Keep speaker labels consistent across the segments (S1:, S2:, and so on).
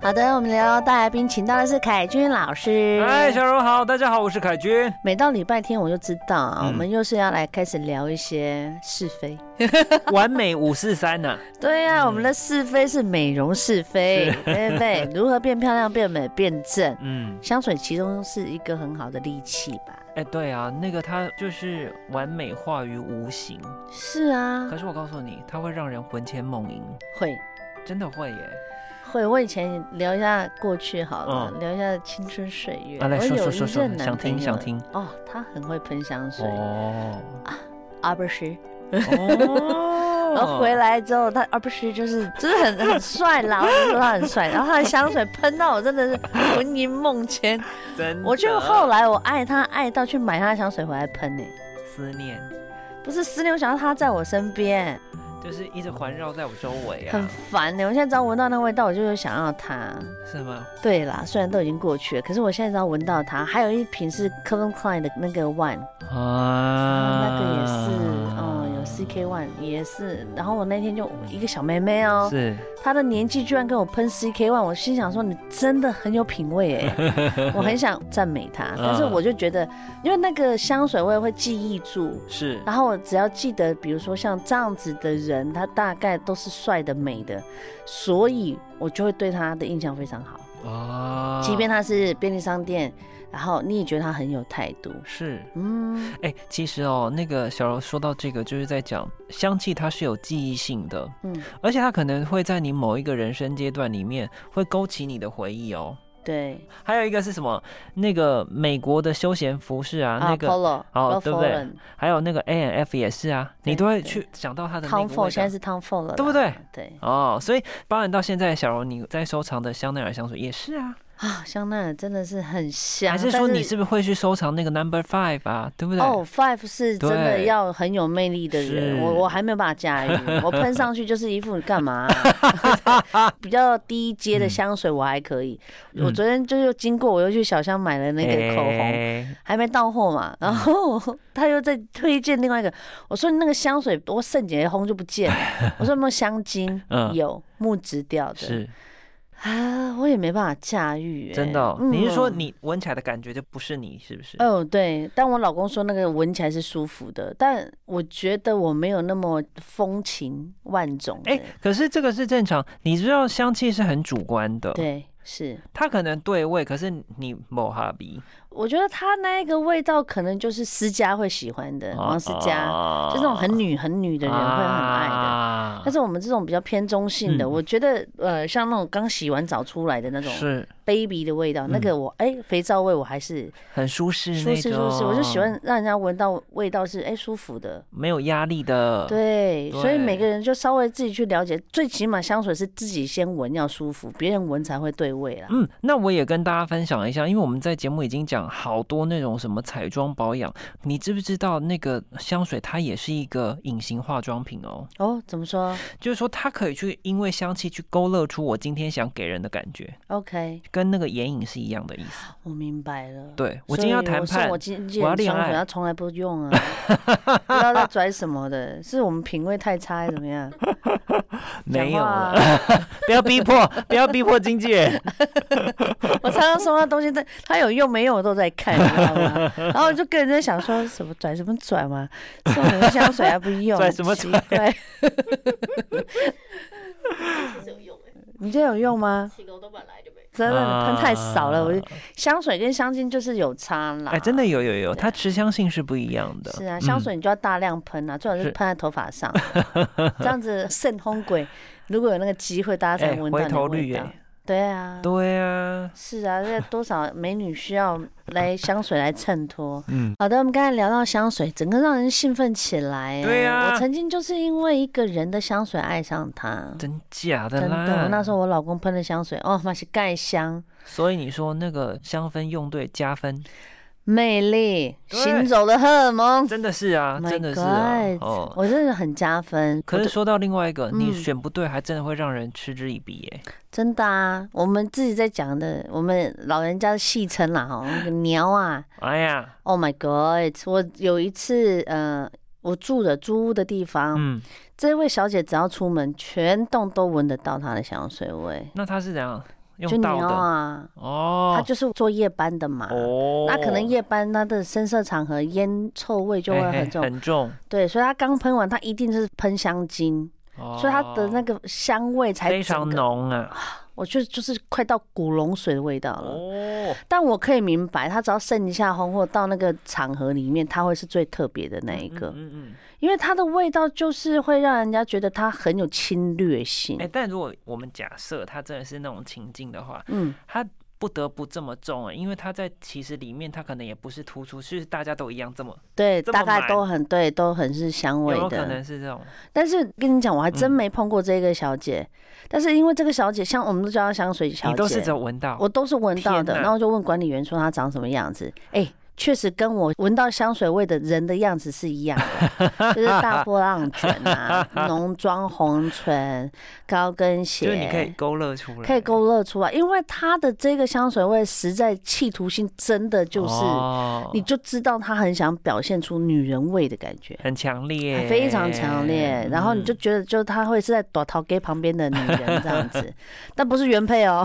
S1: 好的，我们聊聊大来宾，请到的是凯君老师。
S2: 嗨，哎小柔好，大家好，我是凯君。
S1: 每到礼拜天我就知道啊，
S2: 嗯
S1: 我们又是要来开始聊一些是非。
S2: 完美五四三啊呐，
S1: 对呀、我们的是非是美容是非，对不 对？如何变漂亮、变美、变正？
S2: 嗯，
S1: 香水其中是一个很好的利器吧？
S2: 哎、对啊，那个它就是完美化于无形。
S1: 是啊
S2: 可，是我告诉你，它会让人魂牵梦萦，
S1: 会
S2: 真的会耶。
S1: 会。我以前聊一下过去好了，
S2: 嗯
S1: 聊一下青春岁月。
S2: 啊来
S1: 我
S2: 说
S1: 有
S2: 说
S1: 一
S2: 说说
S1: 任男
S2: 想听
S1: 朋友
S2: 想听
S1: 哦，他很会喷香水，
S2: 哦
S1: 阿不是。然后
S2: 哦
S1: 回来之后，他啊不是就是就是很很帅啦，我就说他很帅。然后他的香水喷到我真的是魂萦梦牵。
S2: 真的
S1: 我就后来我爱他爱到去买他的香水回来喷呢、欸
S2: 思念，
S1: 不是思念，我想到他在我身边，
S2: 就是一直环绕在我周围
S1: 很
S2: 啊，
S1: 烦呢、欸我现在只要闻到那味道，我就有想要他。
S2: 是吗？
S1: 对啦，虽然都已经过去了，可是我现在只要闻到它。还有一瓶是 Calvin Klein 的那个 One，、
S2: 啊
S1: 那个也是，哦，
S2: 嗯
S1: 有 CK One 也是。然后我那天就一个小妹妹哦，
S2: 是
S1: 她的年纪居然跟我喷 CK One，我心想说你真的很有品味 哎，我很想赞美她，但
S2: 啊
S1: 是我就觉得，因为那个香水味会记忆住，
S2: 是
S1: 然后我只要记得，比如说像这样子的人，他大概都是帅的、美的，所以我就会对他的印象非常好。
S2: 啊
S1: 即便他是便利商店，然后你也觉得他很有态度。
S2: 是
S1: 嗯，
S2: 哎、其实哦，那个小柔说到这个，就是在讲香气，它是有记忆性的，
S1: 嗯，
S2: 而且它可能会在你某一个人生阶段里面会勾起你的回忆哦。
S1: 对，
S2: 还有一个是什么？那个美国的休闲服饰啊，那个
S1: Polo，
S2: 哦对不对
S1: Lauren
S2: 还有那个 A N F 也是啊，
S1: 对
S2: 你都会
S1: 对
S2: 去想到它的那个
S1: Tom Ford
S2: 味
S1: 现在
S2: 道。
S1: 是 Tom Ford 了啦，
S2: 对不对？
S1: 对
S2: 哦，所以包含到现在，小柔你在收藏的香奈儿香水也是啊，
S1: 啊，香奈儿真的是很香，
S2: 还是
S1: 但
S2: 说你是不是会去收藏那个 Number Five 啊？对不对？
S1: 哦、f i v e 是真的
S2: 对
S1: 要很有魅力的人，
S2: 是
S1: 我我还没有办法 驾驭，我喷上去就是一副你干嘛啊、比较低阶的香水我还可以，
S2: 嗯
S1: 我昨天就又经过，我又去小香买了那个口红。
S2: 哎
S1: 还没到货嘛，然后他又在推荐另外一个，我说你那个香水，我圣姐烘就不见 了，我说有没有香精？
S2: 嗯
S1: 有木质调的
S2: 是
S1: 啊，我也没办法驾驭、欸，
S2: 真的哦、
S1: 嗯
S2: 你是说你闻起来的感觉就不是你，是不是？
S1: 哦，对，但我老公说那个闻起来是舒服的，但我觉得我没有那么风情万种。
S2: 哎、可是这个是正常，你知道香气是很主观的，
S1: 对，是，
S2: 它可能对味，可是你某哈比
S1: 我觉得他那个味道可能就是思佳会喜欢
S2: 哦
S1: 的，王思佳，
S2: 啊
S1: 就那种很女很女的人会很爱的。
S2: 啊
S1: 但是我们这种比较偏中性的，
S2: 嗯
S1: 我觉得呃，像那种刚洗完澡出来的那种
S2: 是
S1: baby 的味道，那个我哎、肥皂味我还是
S2: 很舒适那
S1: 舒
S2: 种，
S1: 适舒适，我就喜欢让人家闻到味道是哎、舒服的。
S2: 没有压力的，
S1: 对，所以每
S2: 对
S1: 个人就稍微自己去了解，最起码香水是自己先闻要舒服，别人闻才会对味啦。
S2: 嗯，那我也跟大家分享一下，因为我们在节目已经讲好多那种什么彩妆保养，你知不知道那个香水它也是一个隐形化妆品哦？
S1: 哦，怎么说
S2: 就是说它可以去因为香气去勾勒出我今天想给人的感觉，
S1: ？OK，
S2: 跟那个眼影是一样的意思。
S1: 我明白了。
S2: 对我
S1: 所
S2: 今天要
S1: 以
S2: 谈
S1: 送
S2: 判
S1: 我，今
S2: 我
S1: 天
S2: 要
S1: 的
S2: 恋
S1: 香水，
S2: 爱
S1: 他从来不用 啊，不知道在拽什么的，是我们品味太差还是怎么样？
S2: 没有
S1: 讲话啊
S2: 了，不要逼迫，不要逼迫经纪 人。
S1: 我常常送他东西，但他有用没用我都在看，你知道吗？ 然后我就跟人家想说什么拽什么拽嘛，送你们香水还不 用，
S2: 拽什么
S1: 奇 怪？你这有用啊吗？真的，
S2: 啊
S1: 你喷太少了，我就香水跟香精就是有差啦。
S2: 哎，真的有有有，它持香性是不一样的。嗯
S1: 是啊，香水你就要大量喷啊，最好是
S2: 是
S1: 喷在头发 上，这样子肾烘鬼。如果有那个机会，大家才
S2: 哎，
S1: 闻到
S2: 回
S1: 你的
S2: 头
S1: 味
S2: 率
S1: 道。
S2: 哎，
S1: 对啊，
S2: 对啊，
S1: 是啊，这多少美女需要来香水来衬托。
S2: 嗯，
S1: 好的，我们刚才聊到香水，整个让人兴奋起来。哎
S2: 对啊
S1: 我曾经就是因为一个人的香水爱上他。
S2: 真假的
S1: 真
S2: 啦。
S1: 的，那时候我老公喷的香水，哦，那是盖香，
S2: 所以你说那个香氛用对加分，
S1: 魅力，
S2: 对
S1: 行走的荷尔蒙。
S2: 真的是 啊，
S1: Oh My
S2: 真的是啊，
S1: God，
S2: 哦。
S1: 我真的很加分。
S2: 可
S1: 我
S2: 是
S1: 就
S2: 说到另外一个，你
S1: 嗯
S2: 选不对，还真的会让人嗤之以鼻耶。
S1: 真的啊，我们自己在讲的，我们老人家的戏称啦，哈，那个鸟啊
S2: 哎呀，
S1: ，Oh my God！我有一次，呃，我住的租屋的地方，
S2: 嗯，
S1: 这位小姐只要出门，全栋都闻得到她的香水味，
S2: 那他是怎样
S1: 就
S2: 用
S1: 鸟
S2: 到的？
S1: 啊，她
S2: 哦，
S1: 就是做夜班的嘛。
S2: 哦
S1: 那可能夜班，她的深色场合烟臭味就会
S2: 嘿嘿
S1: 很重，
S2: 很重，
S1: 对，所以她刚喷完，她一定是喷香精，所以它的那
S2: 哦
S1: 个香味才
S2: 非常
S1: 整个，
S2: 浓啊。
S1: 我觉得就是快到古龙水的味道了。
S2: 哦，
S1: 但我可以明白，它只要剩一下烘或到那个场合里面，它会是最特别的那一个，
S2: 嗯嗯
S1: 因为它的味道就是会让人家觉得它很有侵略性。
S2: 嗯。哎，但如果我们假设他真的是那种情境的话，
S1: 嗯，
S2: 他不得不这么重啊，因为他在其实里面他可能也不是突出，是大家都一样这么，
S1: 对，
S2: 这么
S1: 大概
S2: 满
S1: 都很对，都很是香
S2: 有
S1: 味
S2: 没有可
S1: 的。
S2: 能是这种？
S1: 但是跟你讲，我还真
S2: 嗯
S1: 没碰过这个小姐。但是因为这个小姐，像我们都叫她香水小姐，
S2: 你都是只有闻到，
S1: 我都是闻到的，
S2: 天哪
S1: 然后就问管理员说他长什么样子。哎、确实跟我闻到香水味的人的样子是一样的，就是大 波浪卷啊，浓妆红唇，高跟鞋，
S2: 就是你可以勾勒出来，
S1: 可以勾勒出来，因为他的这个香水味实在企图性真的就是，
S2: 哦
S1: 你就知道他很想表现出女人味的感觉。
S2: 很强烈，
S1: 非常强烈，然后你就
S2: 嗯
S1: 觉得，就他会是在躲逃给旁边的女人这样 子，但不是原配哦，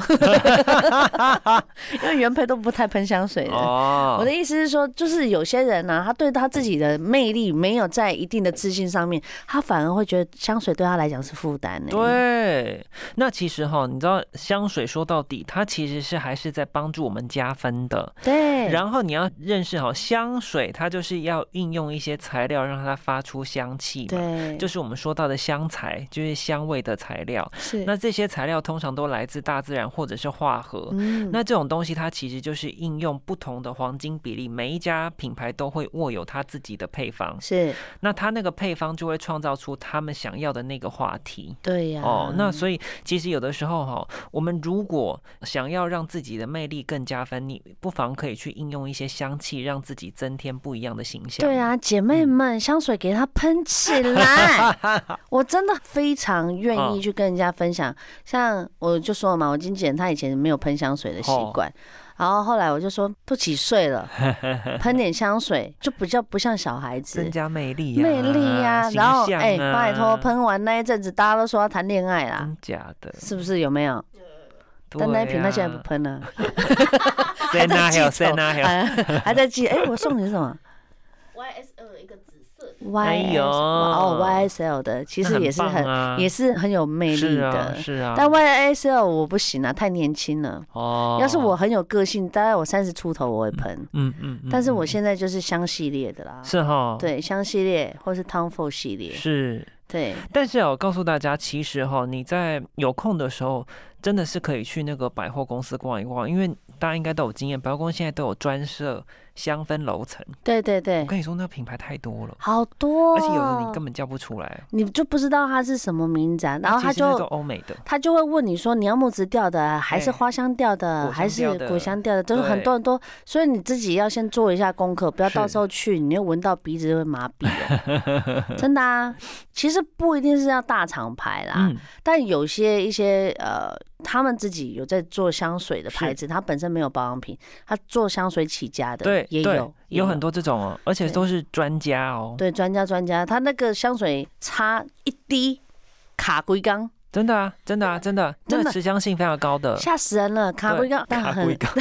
S1: 因为原配都不太喷香水的。
S2: 哦，
S1: 我的意思是说，就是有些人啊呢、他对他自己的魅力没有在一定的自信上面，他反而会觉得香水对他来讲是负担欸呢。，
S2: 对，那其实哈，你知道香水说到底，它其实是还是在帮助我们加分的。
S1: 对，
S2: 然后你要认识好香水，它就是要运用一些材料让它发出香气嘛，
S1: 对，
S2: 就是是我们说到的香材，就是香味的材料。
S1: 是
S2: 那这些材料通常都来自大自然或者是化合。
S1: 嗯
S2: 那这种东西，它其实就是应用不同的黄金比例，每一家品牌都会握有它自己的配方，
S1: 是
S2: 那它那个配方就会创造出他们想要的那个话题。
S1: 对呀、
S2: 哦，那所以其实有的时候哈、我们如果想要让自己的魅力更加分，你不妨可以去应用一些香气，让自己增添不一样的嗯形象。
S1: 对，啊，姐妹们，香水给它喷起来！ 我真的非常愿
S2: 嗯
S1: 意去跟人家分享。像我就说嘛，我经纪人他以前没有喷香水的习
S2: 哦
S1: 惯，然后后来我就说都几岁 了，喷点香水就比较不像小孩子
S2: 增。加魅力、啊，
S1: 魅力呀、
S2: 形
S1: 然后
S2: 象
S1: 哎、
S2: 啊
S1: 拜托，喷完那一阵子，大家都说要谈恋爱啦，
S2: 真假的，
S1: 是不是有没有？但那一啊 瓶他现在不喷了，
S2: 在那还有
S1: 记仇
S2: 在那还有，
S1: 还还在记。哎、我送你什么
S3: YSL 有一个紫色的，
S1: ？Y
S2: 哎呦
S1: 哦，YSL 的， 其实也是很
S2: 那棒啊
S1: 也是很有魅力
S2: 是
S1: 的。
S2: 啊是啊，
S1: 但 YSL 我不行啊，太年轻了。
S2: 哦，
S1: 要是我很有个性，大概我三十出头我会喷，
S2: 嗯，嗯嗯，
S1: 但是我
S2: 嗯
S1: 现在就是香系列的啦，
S2: 是哈，。
S1: 对香系列或是 Tom Ford 系列，
S2: 是，
S1: 对
S2: 但是哦，告诉大家，其实哈、你在有空的时候，真的是可以去那个百货公司逛一逛，因为大家应该都有经验，百货公司现在都有专设香氛楼层。
S1: 对对对
S2: 我，跟你说，那个品牌太多了，
S1: 好多、哦，
S2: 而且有的你根本叫不出来。
S1: 你就不知道它是什么名字、啊，然后
S2: 其
S1: 他
S2: 实那
S1: 就
S2: 种欧美的，
S1: 他就会问你说你要木质调的啊还是
S2: 哎
S1: 花香调的，
S2: 果
S1: 还
S2: 香
S1: 是
S2: 调的
S1: 果香调的，都是很
S2: 对
S1: 多人都，所以你自己要先做一下功课，不要
S2: 是
S1: 到时候去你又闻到鼻子会麻痹 哦，真的啊。其实不一定是要大厂牌啦，
S2: 嗯，
S1: 但有些一些呃，他们自己有在做香水的牌子，它本身没有保养品，它做香水起家的，
S2: 对
S1: 也
S2: 对
S1: 有
S2: 有很。多这种哦，而且
S1: 对
S2: 都是专家哦，
S1: 对，专家专家，他那个香水擦一滴，卡龟缸，
S2: 真的啊，真的啊，真的，
S1: 真
S2: 那
S1: 的
S2: 个持香性非常高的。
S1: 吓死人了，卡
S2: 对
S1: 龟缸，但
S2: 卡龟
S1: 很
S2: 缸，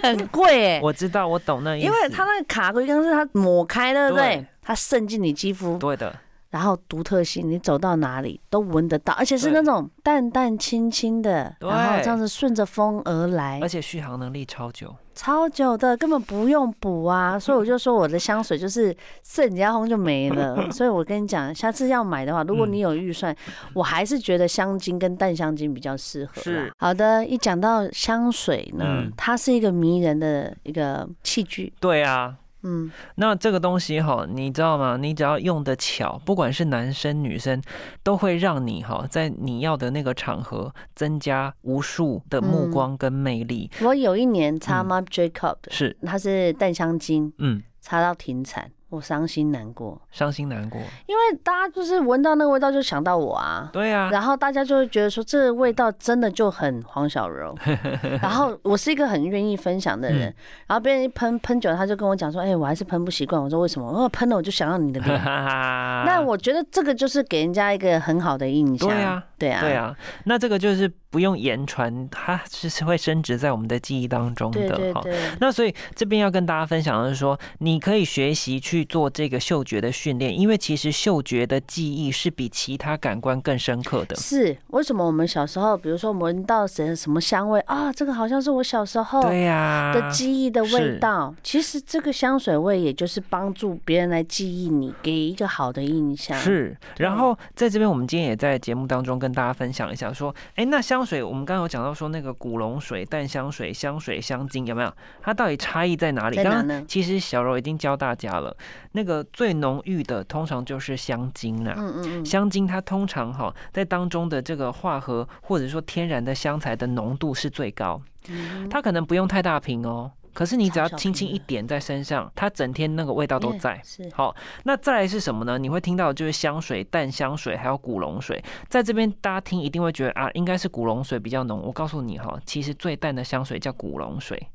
S1: 但很贵哎、
S2: 我知道，我懂那意思。
S1: 因为它那个卡龟缸是它抹开的，对不对
S2: 对？
S1: 它渗进你肌肤，
S2: 对的，
S1: 然后独特性，你走到哪里都闻得到，而且是那
S2: 对
S1: 种淡淡清清的，
S2: 对
S1: 然后这样子顺着风而来
S2: 而，且续航能力超久。
S1: 超久的，根本不用补
S2: 嗯
S1: 啊。所以我就说我的香水就是剩人家烘就没 了。所以我跟你讲，下次要买的话，如果你有预算，我还是觉得香精跟淡香精比较适合啦
S2: 嗯是。
S1: 好的，一讲到香水呢
S2: 嗯，
S1: 它是一个迷人的一个器具。
S2: 对啊，
S1: 嗯，
S2: 那这个东西哈，你知道吗？你只要用的巧，不管是男生女生，都会让你哈，在你要的那个场合增加无数的目光跟魅力。
S1: 我有一年擦
S2: 嗯
S1: Marc Jacob，、
S2: 是，
S1: 它嗯是淡香精，
S2: 嗯，
S1: 擦到停产，我伤心难过，
S2: 伤心难过。
S1: 因为大家就是闻到那个味道就想到我啊。
S2: 对啊，
S1: 然后大家就会觉得说，这个味道真的就很黄小柔。 然后我是一个很愿意分享的人，
S2: 嗯
S1: 然后别人一喷喷久了，他就跟我讲说：“哎、我还是喷不习惯。”我说：“为什么？”我喷了我就想要你的
S2: 哈
S1: 脸。
S2: 哈哈。
S1: 那我觉得这个就是给人家一个很好的印象。
S2: 对啊，
S1: 对啊，
S2: 对啊，那这个就是不用言传，它是会升值在我们的记忆当中
S1: 对
S2: 的
S1: 对
S2: 哈。
S1: 对，
S2: 那所以这边要跟大家分享的是说，你可以学习去做这个嗅觉的训练，因为其实嗅觉的记忆是比其他感官更深刻的。
S1: 是为什么我们小时候，比如说闻到谁什么香味啊，这个好像是我小时候
S2: 对呀、
S1: 哦的记忆的味
S2: 是
S1: 道。其实这个香水味，也就是帮助别人来记忆你，给一个好的印象。，
S2: 是，然
S1: 对
S2: 后在这边，我们今天也在节目当中跟大家分享一下，说，哎，那香水，我们刚刚有讲到说那个古龙水、淡香水、香水、香精有没有？它到底差异在哪里？
S1: 在
S2: 刚
S1: 哪
S2: 刚
S1: 呢？
S2: 其实小柔已经教大家了，那个最浓郁的通常就是香精啦、
S1: 嗯嗯嗯，
S2: 香精它通常哈在当中的这个化合或者说天然的香材的浓度是最高，
S1: 嗯
S2: 它可能不用太大瓶哦，可是你只要
S1: 超小
S2: 轻轻
S1: 瓶
S2: 一
S1: 的
S2: 点在身上，它整天那个味道都
S1: 耶
S2: 在。
S1: 是
S2: 好，那再来是什么呢？你会听到就是香水、淡香水，还有古龙水。在这边大家听一定会觉得啊，应该是古龙水比较浓。我告诉你哈，其实最淡的香水叫古龙水，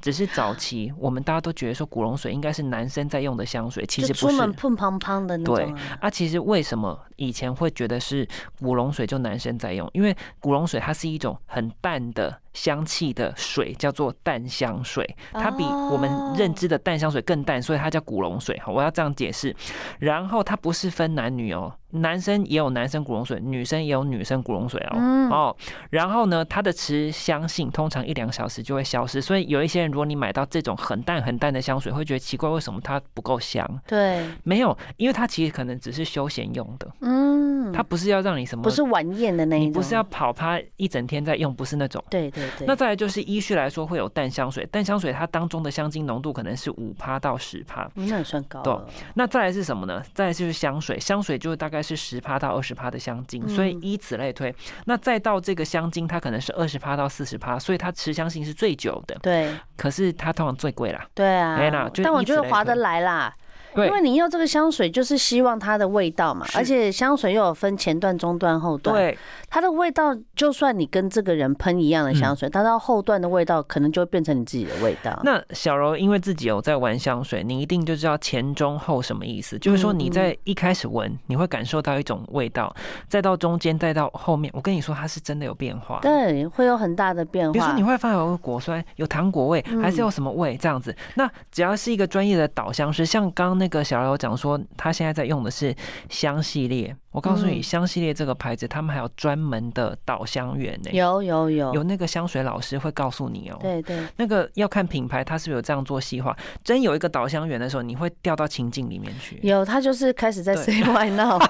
S2: 只是早期我们大家都觉得说古龙水应该是男生在用的香水，其
S1: 就
S2: 实
S1: 出
S2: 不
S1: 门
S2: 是。
S1: 碰胖胖的那
S2: 对
S1: 种啊。
S2: 啊，其实为什么以前会觉得是古龙水就男生在用？因为古龙水它是一种很淡的香气的水，叫做淡香水。它比我们认知的淡香水更淡，所以它叫古龙水。好，我要这样解释。然后它不是分男女哦，男生也有男生古龙水，女生也有女生古龙水哦。
S1: 嗯
S2: 哦，然后呢，它的持香性通常一两小时就会消失，所以有一些人，如果你买到这种很淡很淡的香水，会觉得奇怪，为什么它不够香？
S1: 对，
S2: 没有，因为它其实可能只是休闲用的，
S1: 嗯，
S2: 它不是要让你什么，
S1: 不是晚宴的那一
S2: 你
S1: 种，
S2: 不是要跑趴一整天在用，不是那种。
S1: 对对对，
S2: 那再来就是依序来说，会有淡香水，淡香水它当中的香精浓度可能是五趴到十趴。
S1: 嗯那也算高
S2: 对
S1: 了，
S2: 那再来是什么呢？再来就是香水，香水就大概是十趴到二十趴的香精，所以
S1: 嗯
S2: 依此类推。那再到这个香精，它可能是二十趴到四十趴，所以它持香性是最久的，
S1: 对
S2: 可是它通常最贵啦。
S1: 对
S2: 哎啦
S1: 啊
S2: 就，
S1: 但我
S2: 以
S1: 觉
S2: 此
S1: 得
S2: 类
S1: 划得
S2: 推
S1: 来啦，
S2: 对
S1: 因为你用这个香水就是希望它的味道嘛，
S2: 是
S1: 而且香水又有分前段、中段、后段，
S2: 对，
S1: 它的味道就算你跟这个人喷一样的香水，它到后段的味道可能就会变成你自己的味道。
S2: 嗯那小柔因为自己有在玩香水，你一定就知道前中后什么意思。就是说
S1: 嗯
S2: 你在一开始闻，你会感受到一种味道，再到中间，再到后面，我跟你说，它是真的有变化。
S1: 对，会有很大的变
S2: 比如说
S1: 化
S2: 你。会发现有果酸、有糖果味，还是
S1: 嗯
S2: 有什么味这样子。那只要是一个专业的导香师，像刚刚那个小柔讲说，他现在在用的是香系列。我告诉你，
S1: 嗯
S2: 香系列这个牌子，他们还有专门的导香员呢、
S1: 有有有
S2: 有那个香水老师会告诉你哦、
S1: 对对，
S2: 那个要看品牌，它是不是有这样做细化。真有一个导香员的时候，你会掉到情境里面去。
S1: 有他就是开始在
S2: 对
S1: say why now。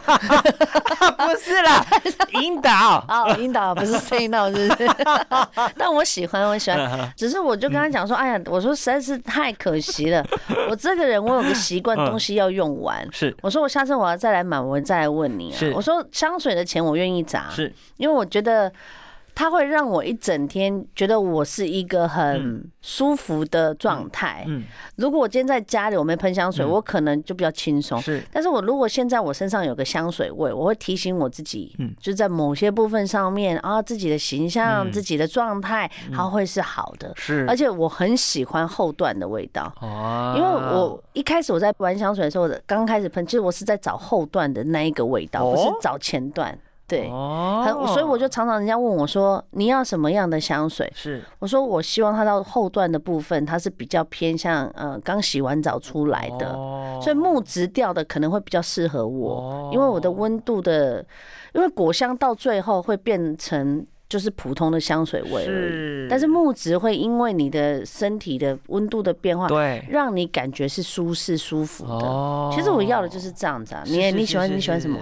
S2: 不啊是啦， 引导。
S1: 哦，引导不是 say no，是不 是？但我喜欢，我喜
S2: 嗯
S1: 欢。只是我就跟他讲说，哎呀，我说实在是太可惜 了。我这个人，我有个习惯，
S2: 嗯
S1: 东西要用完。
S2: 是
S1: 我说我下次我要再来买，我再来问你啊
S2: 嗯是。
S1: 我说香水的钱我愿意砸，
S2: 是，
S1: 因为我觉得它会让我一整天觉得我是一个很舒服的状态。
S2: 嗯，
S1: 如果我今天在家里我没喷香水，
S2: 嗯
S1: 我可能就比较轻松。
S2: 是
S1: 但是我如果现在我身上有个香水味，我会提醒我自己，
S2: 嗯
S1: 就在某些部分上面啊，自己的形象、
S2: 嗯
S1: 自己的状态，它会是好的。
S2: 是
S1: 而且我很喜欢后段的味道，
S2: 哦
S1: 因为我一开始我在玩香水的时候，我刚开始喷，其实我是在找后段的那一个味道，
S2: 哦
S1: 不是找前段。对，
S2: 哦
S1: 很，所以我就常常人家问我说你要什么样的香水？
S2: 是
S1: 我说我希望它到后段的部分，它是比较偏向呃刚洗完澡出来的。
S2: 哦
S1: 所以木质调的可能会比较适合我，因为我的
S2: 哦
S1: 温度的，因为果香到最后会变成就是普通的香
S2: 哦
S1: 水味而已。
S2: 是
S1: 但是木质会因为你的身体的温度的变化，
S2: 对
S1: 让你感觉是舒适舒服的。
S2: 哦
S1: 其实我要的就是这样子啊。
S2: 是
S1: 你
S2: 是
S1: 你
S2: 是
S1: 喜欢
S2: 是
S1: 你喜欢
S2: 是
S1: 什么？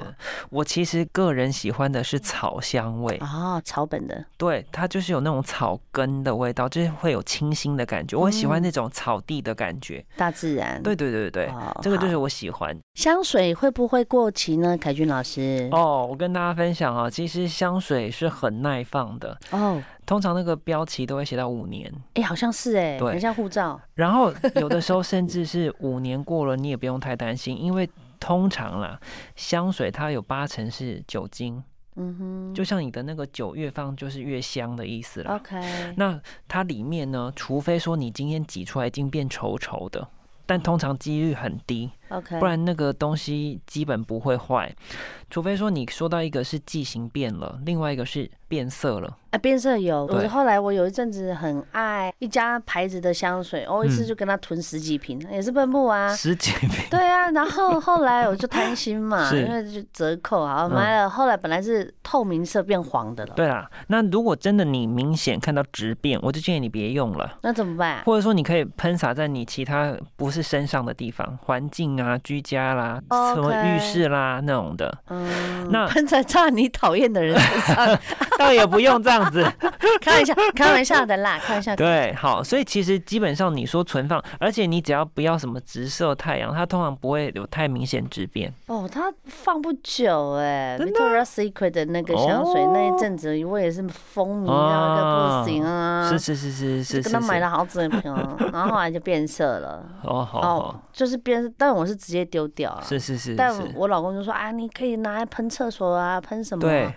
S2: 我其实个人喜欢的是草香味，
S1: 啊？草本的
S2: 对，它就是有那种草根的味道，就是会有清新的感觉。我很喜欢那种草地的感觉。
S1: 大自然。
S2: 对对对对对，
S1: 嗯哦，
S2: 这个就是
S1: 好
S2: 我喜欢。
S1: 香水会不会过期呢？凯君老师
S2: 哦，我跟大家分享啊，其实香水是很耐放的，
S1: 哦，
S2: 通常那个标期都会写到五年，
S1: 哎，好像是哎，
S2: 对
S1: 很像护照
S2: 然后有的时候甚至 是五年过了，你也不用太担心，因为通常啦，香水它有八成是酒精，
S1: 嗯哼，
S2: 就像你的那个酒越放就是越香的意思啦。
S1: OK。
S2: 那它里面呢，除非说你今天挤出来已经变稠稠的，但通常几率很低，
S1: OK，
S2: 不然那个东西基本不会坏。除非说你说到一个是剂型变了，另外一个是变色了。
S1: 啊，变色油，我
S2: 对
S1: 后来我有一阵子很爱一家牌子的香水，哦，一次
S2: 嗯
S1: 就跟他囤十几瓶，也是喷雾啊。
S2: 十几瓶，
S1: 对啊，然后 后来我就贪心嘛，
S2: 是嗯
S1: 因为就折扣啊，我买了。后来本来是透明色变黄的了，
S2: 对啦，那如果真的你明显看到质变，我就建议你别用了。
S1: 那怎么办？
S2: 或者说，你可以喷洒在你其他不是身上的地方，环境啊、居家啦、
S1: OK
S2: 什么浴室啦那种的，
S1: 嗯，
S2: 那
S1: 喷在炸你讨厌 的人身上，
S2: 倒也不用这样子。
S1: 开玩笑，开玩笑的啦，开玩笑。
S2: 对，好，所以其实基本上你说存放，而且你只要不要什么直射太阳，它通常不会有太明显质变。
S1: 哦，他放不久哎、
S2: 真
S1: v i
S2: 的
S1: c t o r i a Secret 的那个香水，
S2: 哦
S1: 那一阵子我也是风靡到一个不行啊，
S2: 是是是是是
S1: 就是跟他买
S2: 是
S1: 了好几瓶，哦 然后后来就变色了。
S2: 哦，好
S1: 哦
S2: 好，，
S1: 就是变，但我是直接丢掉了。
S2: 是是是
S1: 但
S2: 是，
S1: 我老公就说啊，你可以拿来喷厕所啊，喷什么、
S2: 对
S1: 啊？，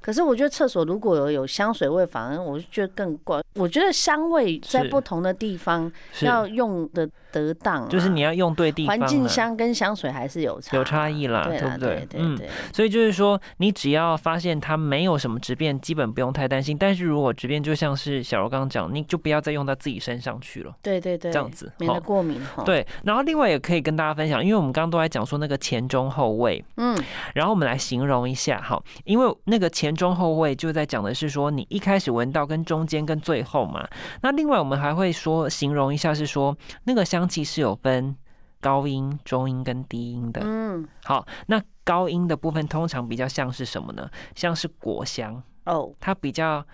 S1: 可是我觉得厕所如果有有香水味，反而我就觉得更怪。我觉得香味在
S2: 是
S1: 不同的地方
S2: 是，
S1: 嗯要用的得当啊、
S2: 就是你要用对地方
S1: 环
S2: 啦，
S1: 境香跟香水还是有差
S2: 有差异啦，
S1: 对
S2: 对
S1: 啦，
S2: 不对？嗯
S1: 对对。
S2: 所以就是说，你只要发现它没有什么质变，基本不用太担心。但是如果质变，就像是小柔刚刚讲，你就不要再用到自己身上去了，
S1: 对对对，
S2: 这样子。
S1: 免得
S2: 齁
S1: 过敏哈。，
S2: 对，然后另外也可以跟大家分享，因为我们刚刚都在讲说那个前中后位，
S1: 嗯，
S2: 然后我们来形容一下哈，因为那个前中后位就在讲的是说你一开始闻到跟中间跟最后嘛。那另外我们还会说形容一下是说那个香气是有分高音、中音跟低音的。
S1: 嗯，
S2: 好，那高音的部分通常比较像是什么呢？像是果香，
S1: 哦，
S2: 它比较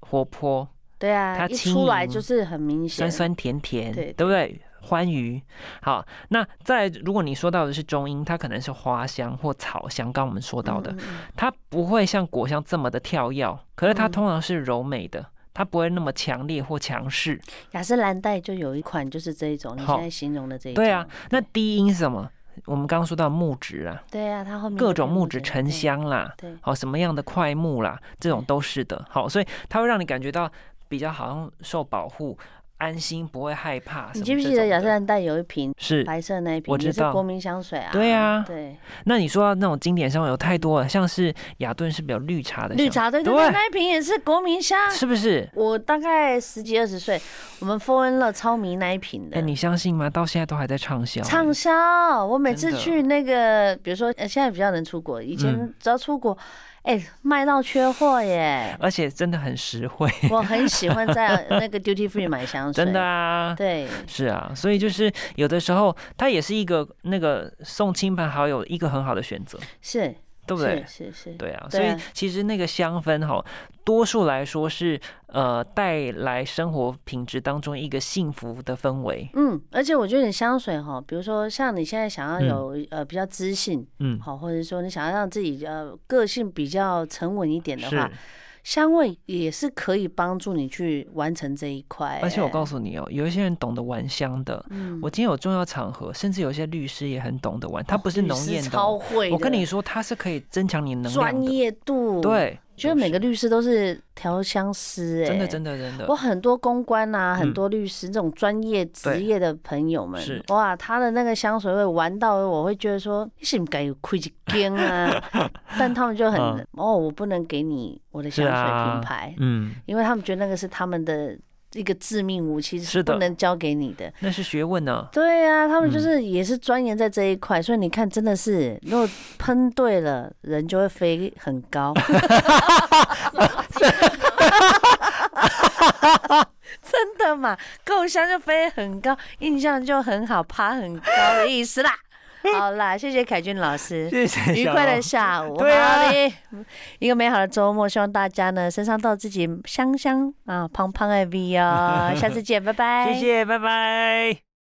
S2: 活泼，
S1: 对啊，
S2: 它
S1: 一
S2: 轻
S1: 出来
S2: 盈
S1: 就是是很明显
S2: 酸，酸甜甜，
S1: 对
S2: 不对？欢愉。好，那再来如果你说到的是中音，它可能是花香或草香，刚我们说到的，
S1: 嗯，嗯嗯
S2: 它不会像果香这么的跳跃，可是它
S1: 嗯
S2: 通常是柔美的。它不会那么强烈或强势，
S1: 雅诗兰黛就有一款就是这一种，你
S2: 好
S1: 现在形容的这一种。
S2: 对啊。那低音是什么？我们刚刚说到木质啊，
S1: 对啊，它后面
S2: 各
S1: 有
S2: 种
S1: 个
S2: 木质沉
S1: 对
S2: 香啊啦，
S1: 对，
S2: 好、什么样的块木啦，这种
S1: 对
S2: 都是的。好，所以它会让你感觉到比较好像受保护、安心，不会害怕。
S1: 你
S2: 什
S1: 记
S2: 么
S1: 不
S2: 这
S1: 记得
S2: 种
S1: 雅
S2: 的
S1: 诗兰黛有一瓶
S2: 是，
S1: 白色那一瓶，
S2: 我
S1: 也
S2: 知
S1: 是
S2: 道
S1: 国民香水啊？
S2: 对啊
S1: 对，
S2: 那你说到那种经典香味有太多了，像是雅顿是不是有绿茶的
S1: 绿
S2: 香
S1: 茶啊对对对，
S2: 对
S1: 那一瓶也是国民香。
S2: 是不是？
S1: 我大概十几二十岁，我们风恩乐超迷那一瓶的。
S2: 哎、你相信吗？到现在都还在畅销、
S1: 畅
S2: 销
S1: 销，我每次
S2: 真的
S1: 去那个，比如说呃现在比较能出国，以前
S2: 嗯
S1: 只要出国，哎、卖到缺货耶
S2: 。而且真的很实惠，
S1: 我很喜欢在那个 duty free 买香水，
S2: 真的啊。
S1: 对，
S2: 是啊，所以就是有的时候它也是一个那个送亲朋好友一个很好的选择，
S1: 是，
S2: 对不对？
S1: 是是是，
S2: 对啊，所
S1: 对
S2: 以
S1: 啊
S2: 其实那个香氛哈，多数来说是呃带来生活品质当中一个幸福的氛围。
S1: 嗯，而且我觉得你香水哈，比如说像你现在想要
S2: 嗯
S1: 有、呃比较知性，
S2: 嗯，
S1: 好，或者说你想要让自己呃个性比较沉稳一点的
S2: 是
S1: 话，。香味也是可以帮助你去完成这一块。
S2: 而且我告
S1: 诉，
S2: 诉你哦，有一些人懂得玩香的，
S1: 哎嗯哦
S2: 我今天有重要场合，甚至有些律师也很懂得玩，他不是
S1: 律
S2: 浓
S1: 师
S2: 艳的
S1: 超
S2: 哦。
S1: 会的，
S2: 我跟你说，它是可以增强你能量
S1: 专
S2: 的。
S1: 业度，，
S2: 对，
S1: 觉得每个律师都是调香师、哎，
S2: 真的真的真
S1: 我
S2: 的，
S1: 很多公关啊，很
S2: 嗯
S1: 多律师这种专业职业的朋友们
S2: 是，
S1: 哇，他的那个香水味玩到我会觉得说，你是不该有亏一间啊， 但他们就很、
S2: 嗯
S1: 哦，我不能给你我的香
S2: 是
S1: 水
S2: 啊
S1: 品牌，
S2: 嗯，
S1: 因为他们觉得那个是他们的一个致命武器，
S2: 是的
S1: 不能交给你的。
S2: 那是学问呢、
S1: 对啊，他
S2: 嗯
S1: 们就是也是钻研在这一块，所以你看，真的是如果喷对了，人就会飞很高。 真的嘛，够香就飞很高，印象就很好，爬很高的意思啦。好啦，谢谢凯俊老师。
S2: 谢谢
S1: 愉
S2: 小
S1: 快
S2: 欧
S1: 的下午，
S2: 对啊
S1: 好嘞，一个美好的周末，希望大家呢身上都有自己香香啊胖胖的 V 哦，下次见，拜拜，
S2: 谢谢，拜拜。